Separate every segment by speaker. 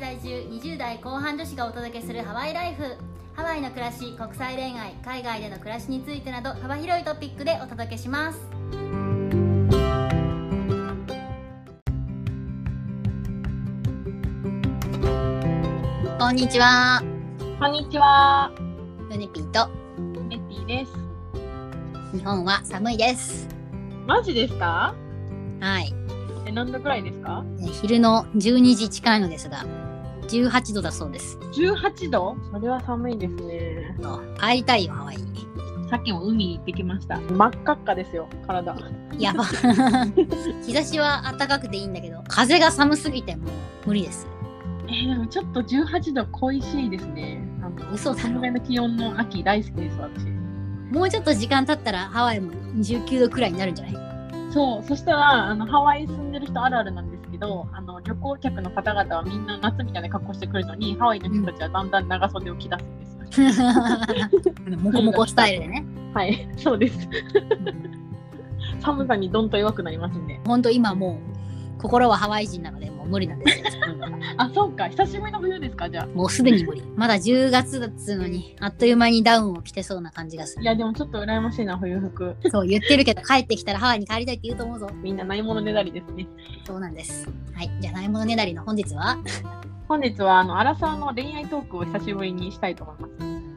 Speaker 1: 20代後半女子がお届けするハワイライフハワイの暮らし国際恋愛海外での暮らしについてなど幅広いトピックでお届けしますこんにちは
Speaker 2: こんにちは、
Speaker 1: ヨネピーと
Speaker 2: メッティです。
Speaker 1: 日本は寒いです
Speaker 2: マジですか
Speaker 1: はい
Speaker 2: え、何度くらいですか
Speaker 1: え昼の12時近いのですが18度だそうです
Speaker 2: 18度それは寒いですね。
Speaker 1: と帰りたいよハワイに
Speaker 2: さっきも海に行ってきました。真っ赤っかですよ、体。
Speaker 1: やば 日差しは暖かくていいんだけど風が寒すぎてもう無理です
Speaker 2: えーでもちょっと18度恋しいですね。あの
Speaker 1: 嘘だろ
Speaker 2: そのぐらいの気温の秋大好きです、私。
Speaker 1: もうちょっと時間経ったらハワイも19度くらいになるんじゃ ない
Speaker 2: そう、そしたら、あの、ハワイ住んでる人あるあるなんですけど、あの、旅行客の方々はみんな夏みたいな格好してくるのに、ハワイの人たちはだんだん長袖を着出すんです。
Speaker 1: あのモコモコスタイルでね。
Speaker 2: はい、そう です。寒さにどんと弱くなりますんで。
Speaker 1: ほんと今もう心はハワイ人なのでもう無理なんですよ。自分は
Speaker 2: あ、そうか。久しぶりの冬ですか、じゃあ。
Speaker 1: もうすでに無理。まだ10月だっつうのにあっという間にダウンを着てそうな感じがす
Speaker 2: い
Speaker 1: る。
Speaker 2: や、でもちょっと羨ましいな、冬服。
Speaker 1: そう言ってるけど帰ってきたらハワイに帰りたいって言うと思うぞ。
Speaker 2: みんなないものねだりですね。
Speaker 1: そうなんです。はい。じゃあないものねだりの本日は
Speaker 2: 本日は、あの、アラサーの恋愛トークを久しぶりにしたいと思い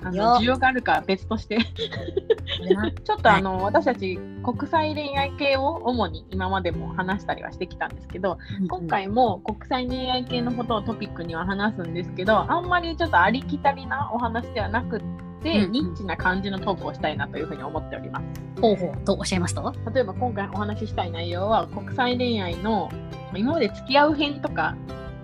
Speaker 2: ます。あ
Speaker 1: よ
Speaker 2: の需要があるか別として
Speaker 1: これな
Speaker 2: ちょっとあの、私たち国際恋愛系を主に今までも話したりはしてきたんですけど今回も国際恋愛系のことをトピックには話すんですけどあんまりちょっとありきたりなお話ではなくって、
Speaker 1: うん
Speaker 2: ニッチな感じのトークをしたいなというふうに思っております
Speaker 1: 方法とおっしゃいますと
Speaker 2: 例えば今回お話ししたい内容は国際恋愛の今まで付き合う編とか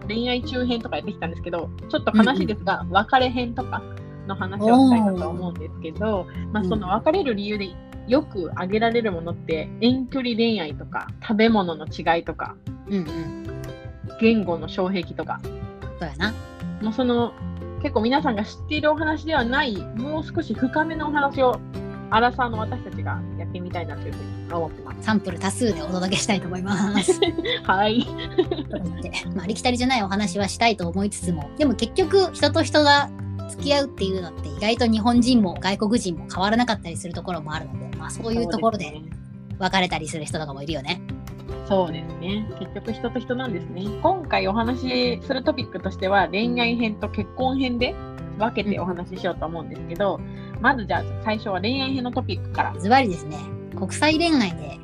Speaker 2: 恋愛中編とかやってきたんですけどちょっと悲しいですが、別れ編とかの話をしたいなと思うんですけど、まあ、
Speaker 1: うん
Speaker 2: その別れる理由でよく挙げられるものって遠距離恋愛とか食べ物の違いとか
Speaker 1: うんうん。
Speaker 2: 言語の障壁とか
Speaker 1: そうやな。
Speaker 2: もうその結構皆さんが知っているお話ではないもう少し深めのお話をアラサーの私たちがやってみたいなというふうに思ってます。
Speaker 1: サンプル多数でお届けしたいと思います。
Speaker 2: はい
Speaker 1: と思ってまあ、ありきたりじゃないお話はしたいと思いつつもでも結局人と人が付き合うっていうのって意外と日本人も外国人も変わらなかったりするところもあるので、まあ、そういうところで別れたりする人とかもいるよね。
Speaker 2: そうですね。結局人と人なんですね。今回お話しするトピックとしては恋愛編と結婚編で分けてお話ししようと思うんですけど、まずじゃあ最初は恋愛編のトピックから。
Speaker 1: ズバリですね国際恋愛で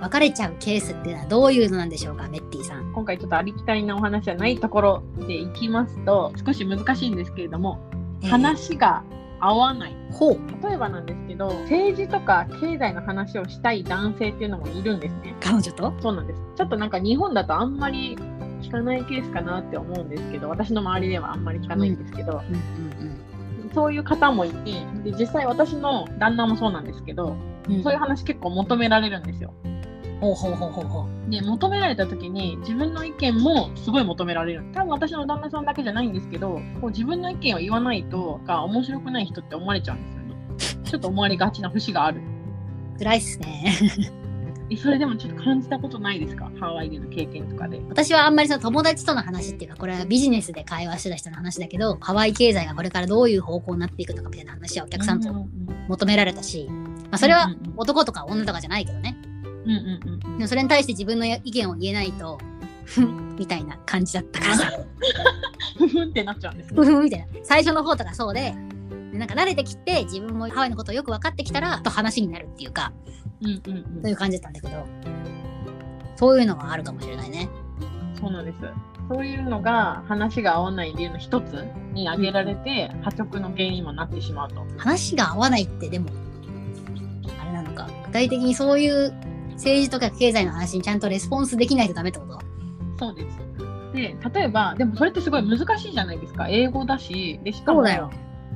Speaker 1: 別れちゃうケースっていうのはどういうのなんでしょうかメッティさん。
Speaker 2: 今回ちょっとありきたりなお話じゃないところでいきますと、少し難しいんですけれども、話が合わない。
Speaker 1: えーほう
Speaker 2: 例えばなんですけど、政治とか経済の話をしたい男性っていうのもいるんですね。
Speaker 1: 彼女と
Speaker 2: そうなんです。ちょっとなんか日本だとあんまり聞かないケースかなって思うんですけど、私の周りではあんまり聞かないんですけど、
Speaker 1: うんうん
Speaker 2: そういう方もいて、で実際私の旦那もそうなんですけど、
Speaker 1: うんうん
Speaker 2: そういう話結構求められるんですよ。
Speaker 1: ほうほうほうほうほう
Speaker 2: で、求められた時に自分の意見もすごい求められる。多分私の旦那さんだけじゃないんですけど、こう自分の意見を言わないとが面白くない人って思われちゃうんですよね。ちょっと思われがちな節がある。
Speaker 1: 辛いっすね
Speaker 2: えそれでもちょっと感じたことないですかハワイでの経験とかで。
Speaker 1: 私はあんまりその友達との話っていうかこれはビジネスで会話してた人の話だけどハワイ経済がこれからどういう方向になっていくのかみたいな話はお客さんと
Speaker 2: うん
Speaker 1: 求められたし、まあ、それは
Speaker 2: うんうんうん
Speaker 1: 男とか女とかじゃないけどね
Speaker 2: うんうんうんうん
Speaker 1: でもそれに対して自分の意見を言えないとふんみたいな感じだったからさ
Speaker 2: ふふんってなっちゃうんですね
Speaker 1: ふふんみたいな最初の方とかそうででなんか慣れてきて自分もハワイのことをよく分かってきたらと話になるっていうか
Speaker 2: うんうんうん
Speaker 1: そういう感じだったんだけどそういうのはあるかもしれないね
Speaker 2: そうなんです。そういうのが話が合わない理由の一つに挙げられて、破局の原因にもなってしまうと。
Speaker 1: 話が合わないってでもあれなのか具体的にそういう政治とか経済の話にちゃんとレスポンスできないとダメってこと
Speaker 2: そうです。で、例えば、でもそれってすごい難しいじゃないですか。英語だし、でしかも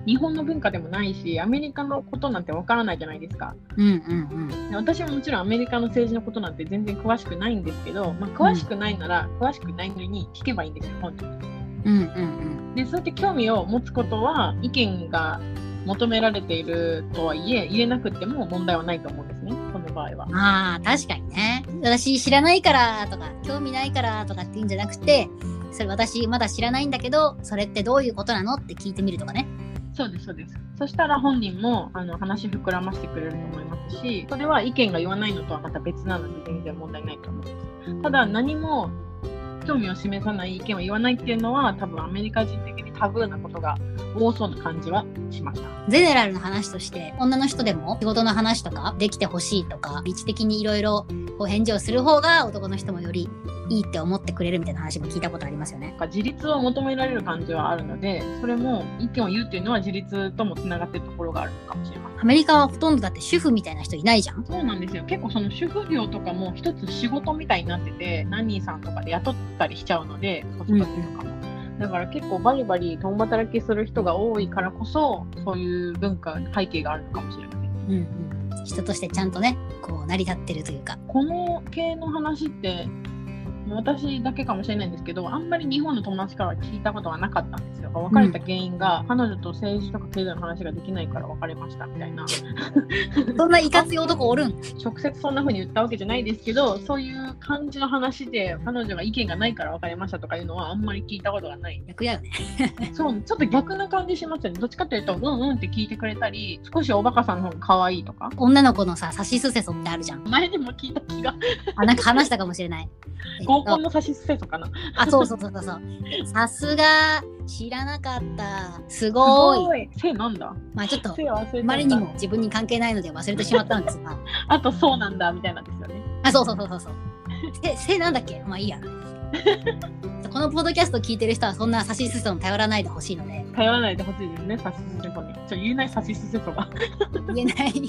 Speaker 2: 日本の文化でもないし、アメリカのことなんてわからないじゃないですか。
Speaker 1: うんうん
Speaker 2: で私はもちろんアメリカの政治のことなんて全然詳しくないんですけど、まあ、詳しくないなら、詳しくないのに聞けばいいんですよ、本当に。
Speaker 1: うんうんうん
Speaker 2: でそうやって興味を持つことは意見が求められているとはいえ入れなくても問題はないと思うんですねこの場合は
Speaker 1: うん。ああ確かにね私知らないからとか興味ないからとかっていうんじゃなくてそれ私まだ知らないんだけどそれってどういうことなのって聞いてみるとかね
Speaker 2: そうですそうですそしたら本人もあの話膨らましてくれると思いますしそれは意見が言わないのとはまた別なので全然問題ないと思いますただ何も興味を示さない意見を言わないっていうのは多分アメリカ人的にタブーなことが多そうな感じはしました
Speaker 1: ゼネラルの話として女の人でも仕事の話とかできてほしいとか位置的にいろいろ返事をする方が男の人もよりいいって思ってくれるみたいな話も聞いたことありますよね
Speaker 2: なんか自立を求められる感じはあるのでそれも意見を言うっていうのは自立ともつながってるところがあるのかもしれません
Speaker 1: アメリカはほとんどだって主婦みたいな人いないじゃん
Speaker 2: そうなんですよ結構その主婦業とかも一つ仕事みたいになっててナニーさんとかで雇ったりしちゃうので子育てとかも。だから結構バリバリ共働きする人が多いからこそそういう文化背景があるのかもしれません。
Speaker 1: うんうん人としてちゃんとねこう成り立ってるというか
Speaker 2: この系の話って私だけかもしれないんですけどあんまり日本の友達からは聞いたことはなかったんですよ別れた原因が、彼女と政治とか経済の話ができないから別れましたみたいな
Speaker 1: そんないかつい男おるん
Speaker 2: 直接そんな風に言ったわけじゃないですけどそういう感じの話で彼女が意見がないから別れましたとかいうのはあんまり聞いたことがない
Speaker 1: 逆だよね
Speaker 2: そうちょっと逆な感じしますよねどっちかというとうんうんって聞いてくれたり少しおバカさんの方が可愛いとか
Speaker 1: 女の子のさ「さしすせそ」ってあるじゃん
Speaker 2: 前でも聞いた気が
Speaker 1: あなんか話したかもしれないえっと
Speaker 2: 合コンの差し捨てとかな
Speaker 1: あそうそうそうそうそうさすが知らなかったすごい
Speaker 2: いせいなんだ
Speaker 1: まあちょっと
Speaker 2: せい忘れてた
Speaker 1: あまりにも自分に関係ないので忘れてしまったんですが
Speaker 2: あとそうなんだみたいなんですよね
Speaker 1: あそうそうそうそうそうせせなんだっけまあ いいやこのポッドキャスト聞いてる人はそんなさしすせそに頼らないでほしいので
Speaker 2: 頼らないでほしいですね差し捨てそにちょ言えない差し捨てそが
Speaker 1: 言えない言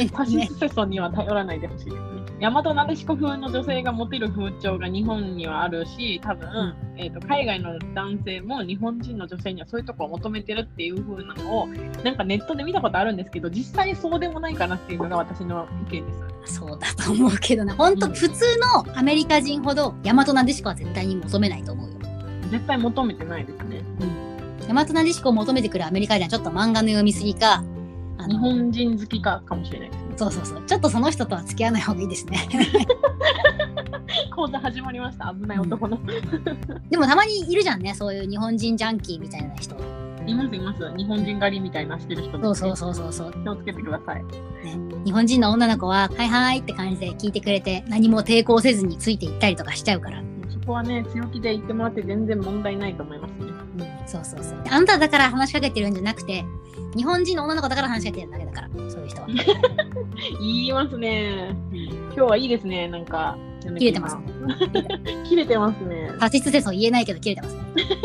Speaker 1: えな
Speaker 2: 差
Speaker 1: い
Speaker 2: し
Speaker 1: ね
Speaker 2: 捨てそには頼らないでほしいですね大和なでしこ風の女性がモテる風潮が日本にはあるし多分、えー、と海外の男性も日本人の女性にはそういうとこを求めてるっていう風なのをなんかネットで見たことあるんですけど実際そうでもないかなっていうのが私の意見です。
Speaker 1: そうだと思うけどな本当
Speaker 2: うん
Speaker 1: 普通のアメリカ人ほど大和なでしこは絶対に求めないと思うよ
Speaker 2: 絶対求めてないですね。
Speaker 1: 大和なでしこを求めてくるアメリカ人はちょっと漫画の読みすぎかあ
Speaker 2: 日
Speaker 1: の
Speaker 2: 本人好きかかもしれないですね。
Speaker 1: そうそうそうちょっとその人とは付き合わない方がいいですね
Speaker 2: 講座始まりました。危ない男の。
Speaker 1: でもたまにいるじゃんね、そういう日本人ジャンキーみたいな人。
Speaker 2: いますいます。日本人狩りみたいなしてる人ですね
Speaker 1: そうそうそうそうそう。
Speaker 2: 気をつけてください。
Speaker 1: 日本人の女の子は、はいはいって感じで聞いてくれて、何も抵抗せずについていったりとかしちゃうから。うん、
Speaker 2: そこはね、強気で言ってもらって全然問題ないと思いますね。
Speaker 1: そうそうそう。あんただから話しかけてるんじゃなくて、日本人の女の子だから話しかけてるだけだから、そういう人は。
Speaker 2: 言いますね。今日はいいですね。なんか。
Speaker 1: 切れてますね。
Speaker 2: 切れてますね。
Speaker 1: 差しつせそう言えないけど切れてますね。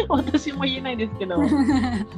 Speaker 2: 私も言えないです けど。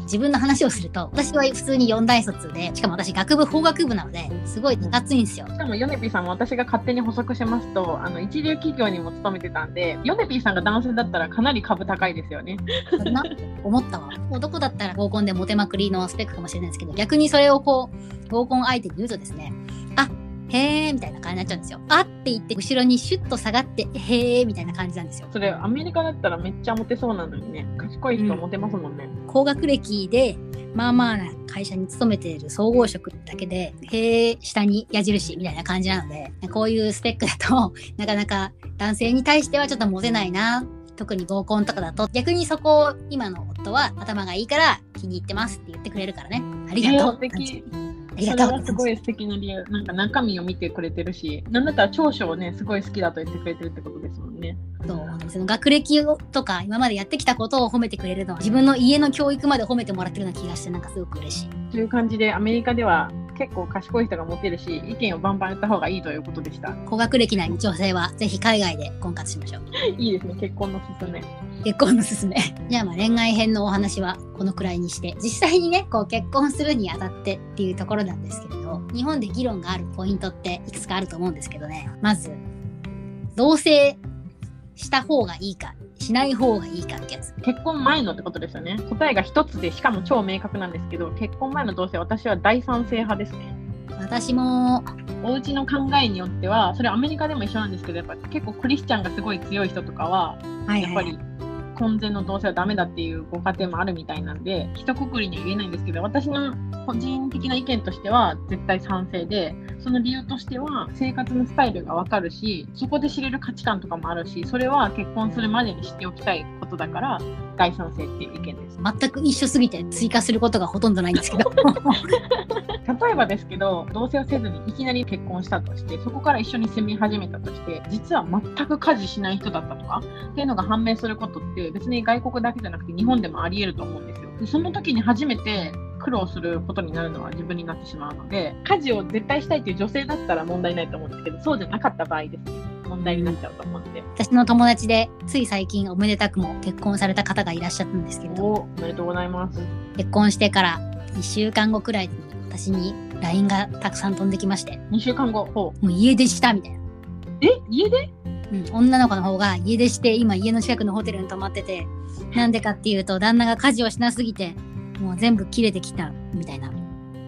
Speaker 1: 自分の話をすると、私は普通に4大卒で、しかも私学部法学部なので、すごいいかついんですよ。
Speaker 2: しかもヨネピーさんも私が勝手に補足しますとあの一流企業にも勤めてたんでヨネピーさんが男性だったらかなり株高いですよね
Speaker 1: そんな思ったわ男だったら合コンでモテまくりのスペックかもしれないですけど逆にそれをこう合コン相手に言うとですねあへーみたいな感じになっちゃうんですよあって言って後ろにシュッと下がってへーみたいな感じなんですよ
Speaker 2: それアメリカだったらめっちゃモテそうなのにね賢い人モテますもんね、
Speaker 1: 高学歴でまあまあな会社に勤めている総合職だけでへー下に矢印みたいな感じなのでこういうスペックだと なかなか男性に対してはちょっとモテないな特に合コンとかだと逆にそこを今の夫は頭がいいから気に入ってますって言ってくれるからねありがとうって感じ
Speaker 2: え
Speaker 1: あり
Speaker 2: そ
Speaker 1: が
Speaker 2: れ
Speaker 1: とう
Speaker 2: はすごい素敵な理由なんか中身を見てくれてるしなんだったら長所をねすごい好きだと言ってくれてるってことですもんね
Speaker 1: そうその学歴をとか今までやってきたことを褒めてくれるのは自分の家の教育まで褒めてもらってるような気がしてなんかすごく嬉しい
Speaker 2: という感じでアメリカでは結構賢い人がモテるし意見をバンバン言った方がいいということでした
Speaker 1: 高学歴な女性はぜひ海外で婚活しましょう
Speaker 2: いいですね結婚の勧め
Speaker 1: 結婚のすすめ じゃあまあ恋愛編のお話はこのくらいにして実際にねこう結婚するにあたってっていうところなんですけれど日本で議論があるポイントっていくつかあると思うんですけどねまず同棲した方がいいかしない方がいいかってやつ
Speaker 2: 結婚前のってことですよね答えが一つでしかも超明確なんですけど結婚前の同棲私は第三性派ですね
Speaker 1: 私も
Speaker 2: お家の考えによってはそれアメリカでも一緒なんですけどやっぱ結構クリスチャンがすごい強い人とかは
Speaker 1: は
Speaker 2: やっぱり婚前の同性はダメだっていうご家庭もあるみたいなんで一括りには言えないんですけど私の個人的な意見としては絶対賛成でその理由としては生活のスタイルが分かるしそこで知れる価値観とかもあるしそれは結婚するまでに知っておきたいことだから大賛成っていう意見です
Speaker 1: 全く一緒すぎて追加することがほとんどないんですけど
Speaker 2: 例えばですけど同棲をせずにいきなり結婚したとしてそこから一緒に住み始めたとして実は全く家事しない人だったとかっていうのが判明することって別に外国だけじゃなくて日本でもありえると思うんですよ。でその時に初めて苦労することになるのは自分になってしまうので家事を絶対したいという女性だったら問題ないと思うんですけどそうじゃなかった場合ですね問題になっちゃうと思うんで
Speaker 1: 私の友達でつい最近おめでたくも結婚された方がいらっしゃったんですけれど
Speaker 2: お
Speaker 1: も
Speaker 2: おめでとうございます
Speaker 1: 結婚してから2週間後くらいに私に LINE がたくさん飛んできまして
Speaker 2: 2週間後ほ
Speaker 1: もう家出したみたいな、
Speaker 2: うえ家で
Speaker 1: うん、女の子の方が家出して今家の近くのホテルに泊まっててなんでかっていうと旦那が家事をしなすぎてもう全部切れてきたみたいな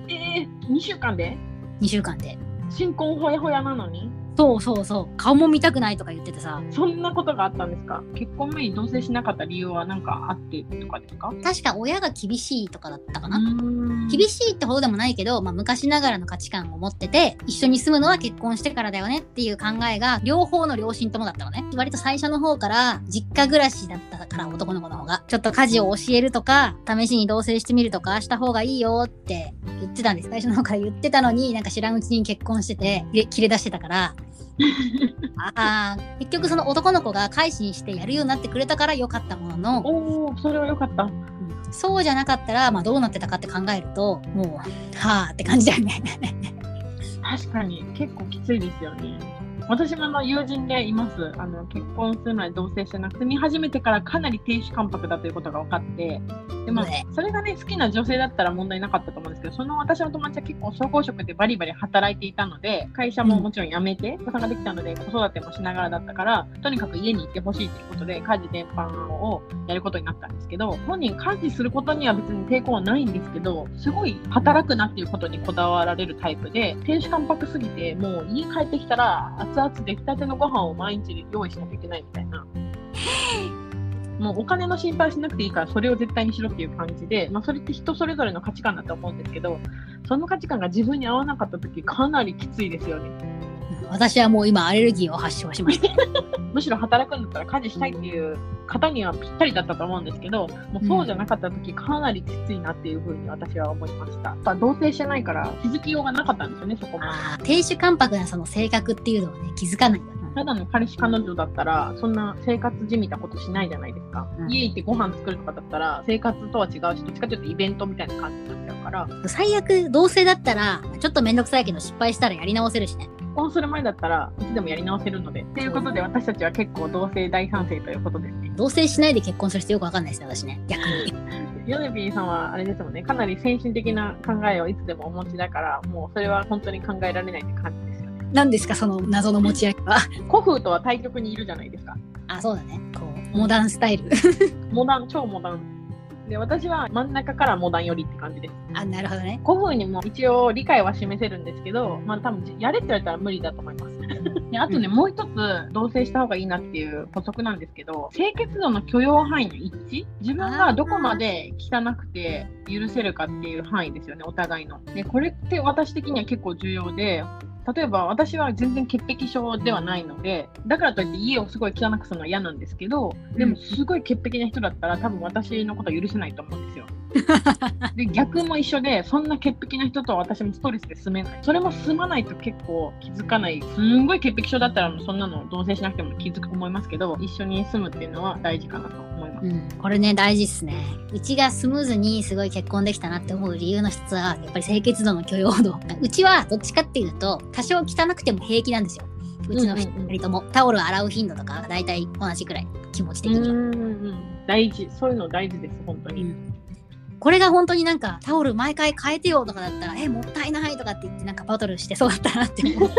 Speaker 2: えー、2週間で
Speaker 1: 2週間で
Speaker 2: 新婚ほやほやなのに
Speaker 1: そうそうそう顔も見たくないとか言っててさ
Speaker 2: そんなことがあったんですか結婚前に同棲しなかった理由は何かあってとかですか
Speaker 1: 確か親が厳しいとかだったかな、
Speaker 2: 厳
Speaker 1: 厳しいってほどでもないけど、まあ、昔ながらの価値観を持ってて一緒に住むのは結婚してからだよねっていう考えが両方の両親ともだったのね割と最初の方から実家暮らしだったから男の子の方がちょっと家事を教えるとか試しに同棲してみるとかした方がいいよって言ってたんです最初の方から言ってたのになんか知らんうちに結婚してて切れ切れ出してたから。あー結局その男の子が改心してやるようになってくれたから良かったものの
Speaker 2: おおそれは良かった
Speaker 1: そうじゃなかったら、まあ、どうなってたかって考えるともうはあって感じだよね。
Speaker 2: 確かに結構きついですよね私もあの友人でいますあの結婚する前に同棲してなく住み始めてからかなり亭主関白だということが分かってで、まあ
Speaker 1: ね、
Speaker 2: それがね好きな女性だったら問題なかったと思うんですけどその私の友達は結構総合職でバリバリ働いていたので会社ももちろん辞めてお子さんができたので子育てもしながらだったからとにかく家に行ってほしいということで家事全般をやることになったんですけど本人家事することには別に抵抗はないんですけどすごい働くなっていうことにこだわられるタイプで亭主関白すぎてもう家帰ってきたら熱々出来たてのご飯を毎日用意しなきゃいけないみたいな。もうお金の心配しなくていいからそれを絶対にしろっていう感じで、まあ、それって人それぞれの価値観だと思うんですけどその価値観が自分に合わなかった時かなりきついですよね
Speaker 1: 私はもう今アレルギーを発症しました。
Speaker 2: むしろ働くんだったら家事したいっていう方にはぴったりだったと思うんですけどもうそうじゃなかった時かなりきついなっていうふうに私は思いました、やっぱ同棲してないから気づきようがなかったんですよねそこも
Speaker 1: あー亭主関白なその性格っていうのはね気づかないよね。
Speaker 2: ただの彼氏彼女だったらそんな生活じみたことしないじゃないですか、
Speaker 1: うん
Speaker 2: 家行ってご飯作るとかだったら生活とは違うしどっちかというとイベントみたいな感じになっちゃうから
Speaker 1: 最悪同性だったらちょっとめんどくさいけど失敗したらやり直せるしね。
Speaker 2: 結婚する前だったらいつでもやり直せるので。ということで私たちは結構同性大賛成ということですね。
Speaker 1: 同性しないで結婚する人よくわかんないですね私ね。逆に。
Speaker 2: ヨネピーさんはあれですもんね、かなり先進的な考えをいつでもお持ちだから、もうそれは本当に考えられないって感じですよね。
Speaker 1: 何ですかその謎の持ち上げは。
Speaker 2: 古風とは対極にいるじゃないですか。
Speaker 1: あそうだね。こうモダンスタイル。
Speaker 2: モダン、超モダン。で私は真ん中からモダン寄りって感じです。
Speaker 1: あなるほどね。
Speaker 2: 古風にも一応理解は示せるんですけど、まあ多分やれって言われたら無理だと思います。であとね、
Speaker 1: う
Speaker 2: もう一つ同棲した方がいいなっていう補足なんですけど清潔度の許容範囲の一致自分がどこまで汚くて許せるかっていう範囲ですよねお互いのでこれって私的には結構重要で例えば私は全然潔癖症ではないのでだからといって家をすごい汚くするのは嫌なんですけどでもすごい潔癖な人だったら多分私のことは許せないと思うんですよで逆も一緒でそんな潔癖な人とは私もストレスで住めないそれも住まないと結構気づかないすんごい潔癖症だったらもうそんなの同棲しなくても気づくと思いますけど一緒に住むっていうのは大事かなと思います
Speaker 1: うん、これね大事っすねうちがスムーズにすごい結婚できたなって思う理由の一つはやっぱり清潔度の許容度うちはどっちかっていうと多少汚くても平気なんですようちの
Speaker 2: うんうんうん
Speaker 1: 2人とも、タオル洗う頻度とか大体同じくらい気持ち的
Speaker 2: う
Speaker 1: に、
Speaker 2: んうん大事そういうの大事です本当に、
Speaker 1: これが本当になんかタ オル毎回変えてよとかだったらえもったいないとかって言ってなんかバトルしてそうだったなって思う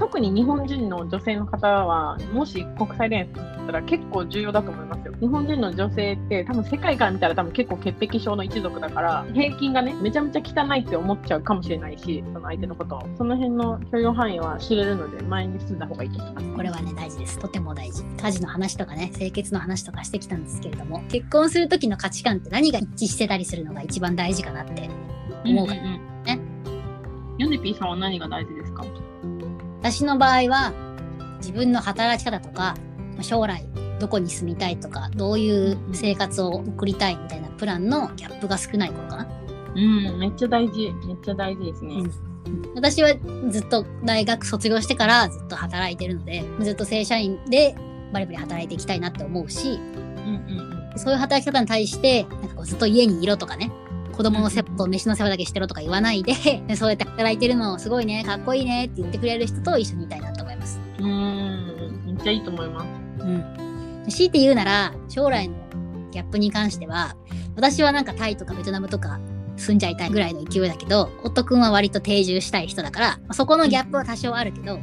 Speaker 2: 特に日本人の女性の方はもし国際恋愛だったら結構重要だと思いますよ日本人の女性って多分世界から見たら多分結構潔癖症の一族だから平均がねめちゃめちゃ汚いって思っちゃうかもしれないしその相手のことをその辺の許容範囲は知れるので前に進んだ方がいいと思います
Speaker 1: これはね大事ですとても大事家事の話とかね清潔の話とかしてきたんですけれども結婚する時の価値観って何が一致してたりするのが一番大事かなって思うから、ね
Speaker 2: ヨネピーさんは何が大事ですか
Speaker 1: 私の場合は自分の働き方とか将来どこに住みたいとかどういう生活を送りたいみたいなプランのギャップが少ない頃かな、
Speaker 2: うんめっちゃ大事めっちゃ大事ですね、
Speaker 1: うん私はずっと大学卒業してからずっと働いてるのでずっと正社員でバリバリ働いていきたいなって思うし
Speaker 2: うんうん
Speaker 1: そういう働き方に対してなんかこうずっと家にいろとかね子供の世話と飯の世話だけしてろとか言わないでそうやって働いてるのすごいねかっこいいねって言ってくれる人と一緒にいたいなと思います。
Speaker 2: うんうんめっちゃいいと思います
Speaker 1: うん、強いて言うなら将来のギャップに関しては私はなんかタイとかベトナムとか住んじゃいたいぐらいの勢いだけど夫君は割と定住したい人だからまあそこのギャップは多少あるけど、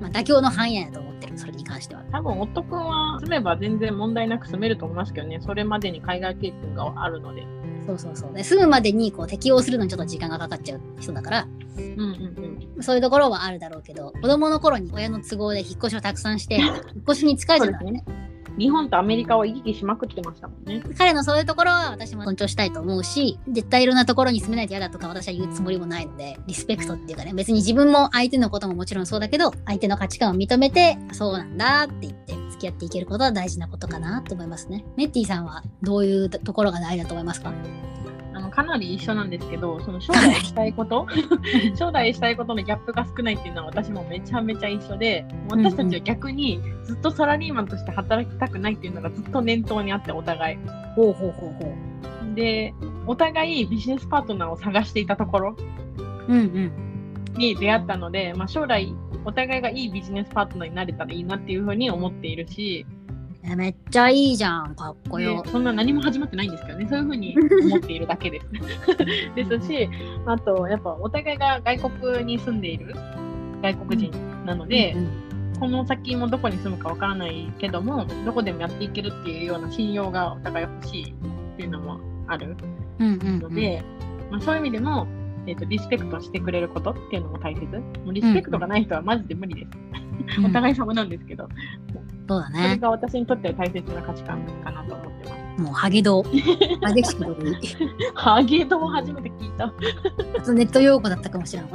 Speaker 1: まあ、妥協の範囲内だと思ってるそれに関しては。
Speaker 2: 多分夫君は住めば全然問題なく住めると思いますけどねそれまでに海外経験があるので
Speaker 1: そうそうそうで住むまでにこう適応するのにちょっと時間がかかっちゃう人だから
Speaker 2: うんうん
Speaker 1: そういうところはあるだろうけど子供の頃に親の都合で引っ越しをたくさんして引っ越しに疲れちゃうからね
Speaker 2: うん日本とアメリカを行き来しまくってましたもんね
Speaker 1: 彼のそういうところは私も尊重したいと思うし絶対いろんなところに住めないと嫌だとか私は言うつもりもないのでリスペクトっていうかね別に自分も相手のことももちろんそうだけど相手の価値観を認めてそうなんだって言って付き合っていけることは大事なことかなと思いますねメッティさんはどういうところが大事だと思いますか
Speaker 2: あのかなり一緒なんですけどその将来したいこと将来したいことのギャップが少ないっていうのは私もめちゃめちゃ一緒で私たちは逆にずっとサラリーマンとして働きたくないっていうのがずっと念頭にあってお互い
Speaker 1: ほうほうほうほう
Speaker 2: でお互いビジネスパートナーを探していたところ
Speaker 1: うんうん
Speaker 2: に出会ったので、まあ、将来お互いがいいビジネスパートナーになれたらいいなっていうふうに思っている
Speaker 1: い
Speaker 2: し
Speaker 1: やめっちゃいいじゃんかっこよ
Speaker 2: ね、そんな何も始まってないんですけどねそういうふ うに思っているだけです ですしあとやっぱお互いが外国に住んでいる外国人なので
Speaker 1: う、ん
Speaker 2: この先もどこに住むかわからないけどもどこでもやっていけるっていうような信用がお互い欲しいっていうのもある
Speaker 1: うんうん
Speaker 2: の
Speaker 1: うん
Speaker 2: で、まあ、そういう意味でも、えー、とリスペクトしてくれることっていうのも大切もうリスペクトがない人はマジで無理です、
Speaker 1: うん
Speaker 2: お互い様なんですけど、
Speaker 1: そうだ
Speaker 2: それ
Speaker 1: ね
Speaker 2: が私にとっては大切な価値観かなと思ってます。
Speaker 1: もうハゲド激しくドい
Speaker 2: ハゲドも初めて聞いた。
Speaker 1: ちょっとネット用語だったかもしれ んわ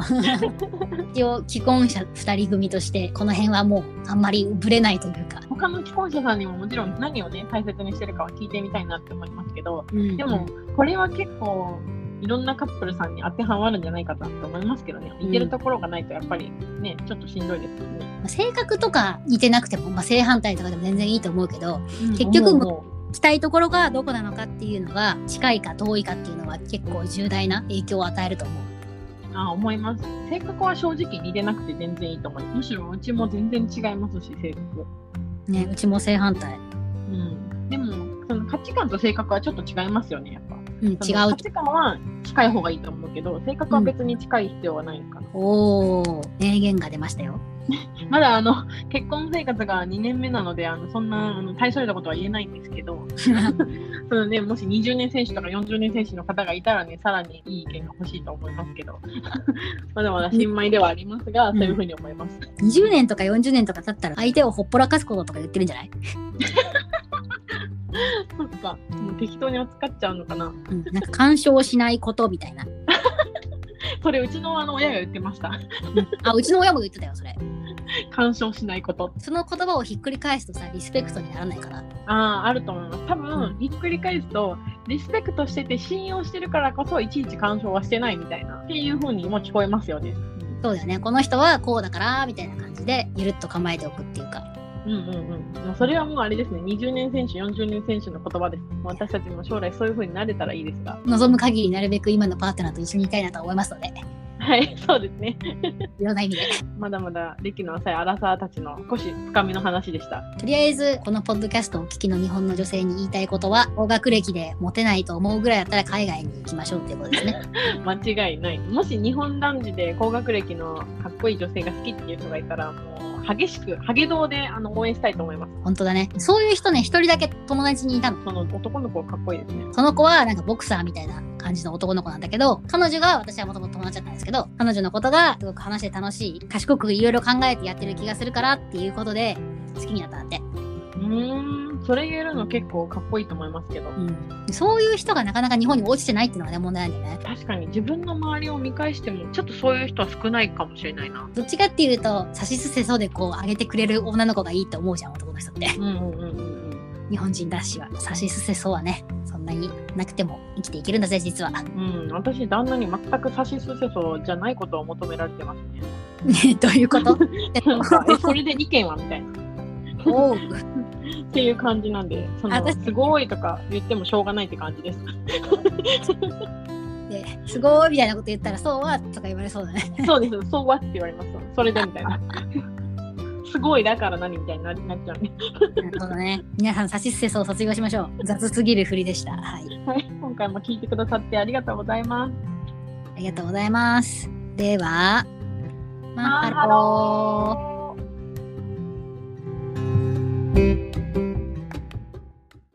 Speaker 1: 一応既婚者2人組としてこの辺はもうあんまりぶれないというか、
Speaker 2: 他の既婚者さんにももちろん何をね大切にしてるかは聞いてみたいなって思いますけど、でもこれは結構いろんなカップルさんに当てはまるんじゃないかなと思いますけどね。
Speaker 1: うん
Speaker 2: いけるところがないとやっぱりねちょっとしんどいですよね。
Speaker 1: 性格とか似てなくても、まあ、正反対とかでも全然いいと思うけど結
Speaker 2: 思
Speaker 1: 局
Speaker 2: う
Speaker 1: も
Speaker 2: 思う
Speaker 1: 行きたいところがどこなのかっていうのが近いか遠いかっていうのは結構重大な影響を与えると思う。
Speaker 2: あ思います。性格は正直似てなくて全然いいと思います。むしろうちも全然違いますし性格。
Speaker 1: ね、うちも正反対。
Speaker 2: うん。でもその価値観と性格はちょっと違いますよねやっぱ。
Speaker 1: うん、違う
Speaker 2: そ。の価値観は近い方がいいと思うけど性格は別に近い必要はないかな。
Speaker 1: おお、名言が出ましたよ。
Speaker 2: まだあの 結婚生活が2年目なのであのそんなあの大それたことは言えないんですけどその、ね、もし20年選手とか40年選手の方がいたらねさらにいい意見が欲しいと思いますけど まだまだ新米ではありますが、
Speaker 1: うん
Speaker 2: そういうふうに思います。
Speaker 1: 20年とか40年とか経ったら相手をほっぽらかすこととか言ってるんじゃない、
Speaker 2: そっかもう適当に扱っちゃうのかな
Speaker 1: うん、なんか干渉しないことみたいな。
Speaker 2: それうちのあの親が言ってました
Speaker 1: あ、うちの親も言ってたよ、それ。
Speaker 2: 干渉しないこと
Speaker 1: その言葉をひっくり返すとさリスペクトにならないから
Speaker 2: あああると思います多
Speaker 1: う
Speaker 2: 分ひっくり返すとリスペクトしてて信用してるからこそいちいち干渉はしてないみたいなっていうふうにも聞こえますよね。
Speaker 1: そうだよねこの人はこうだからみたいな感じでゆるっと構えておくっていうか
Speaker 2: うんうんうん、もうそれはもうあれですね、20年選手、40年選手の言葉です。私たちも将来そういう風になれたらいいですが、
Speaker 1: 望む限りなるべく今のパートナーと一緒にいたいなと思いますので
Speaker 2: はい、 そうですね。
Speaker 1: いろんな意味で。
Speaker 2: まだまだ歴の浅いアラサーたちの少し深みの話でした。
Speaker 1: とりあえず、このポッドキャストをお聞きの日本の女性に言いたいことは、高学歴でモテないと思うぐらいだったら海外に行きましょうっていうことですね。
Speaker 2: 間違いない。もし日本男児で高学歴のかっこいい女性が好きっていう人がいたら、もう激しく、ハゲ道であの応援したいと思います。
Speaker 1: 本当だね。そういう人ね、一人だけ友達にいたの。
Speaker 2: その男の子かっこいいですね。
Speaker 1: その子はなんかボクサーみたいな感じの男の子なんだけど、彼女が私はもともと友達だったんですけど、彼女のことがすごく話して楽しい、賢くいろいろ考えてやってる気がするからっていうことで好きになったんだって。
Speaker 2: うーん、それ言えるの結構かっこいいと思いますけど。
Speaker 1: うん。そういう人がなかなか日本に落ちてないっていうのがね、問題なんだよね。
Speaker 2: 確かに自分の周りを見返してもちょっとそういう人は少ないかもしれないな。
Speaker 1: どっちかっていうと、差しすせそうでこう上げてくれる女の子がいいと思うじゃん、男の人って。
Speaker 2: うんうんうんうんうん。
Speaker 1: 日本人男子は差しすせそうはね、そんなになくても生きていけるんだぜ、実は。
Speaker 2: うん、私、旦那に全く差しすせそうじゃないことを求められてます ね。
Speaker 1: ねどういう こと
Speaker 2: なんか、え、それで意見はみたいな。
Speaker 1: おう
Speaker 2: っていう感じなんで、そ
Speaker 1: あ
Speaker 2: の
Speaker 1: 私
Speaker 2: すごいとか言ってもしょうがないって感じ です。
Speaker 1: ですごいみたいなこと言ったら、そうはとか言われそうだね。
Speaker 2: そうです、そうはって言われます。それでみたい な。すごいだから何みたいにななっちゃうね。
Speaker 1: なるほどね。皆さん、差しすせそうを卒業しましょう。雑すぎる振りでした。はい。
Speaker 2: はい、今回も聞いてくださってありがとうございます。
Speaker 1: ありがとうございます。では、マッハロー。
Speaker 2: ー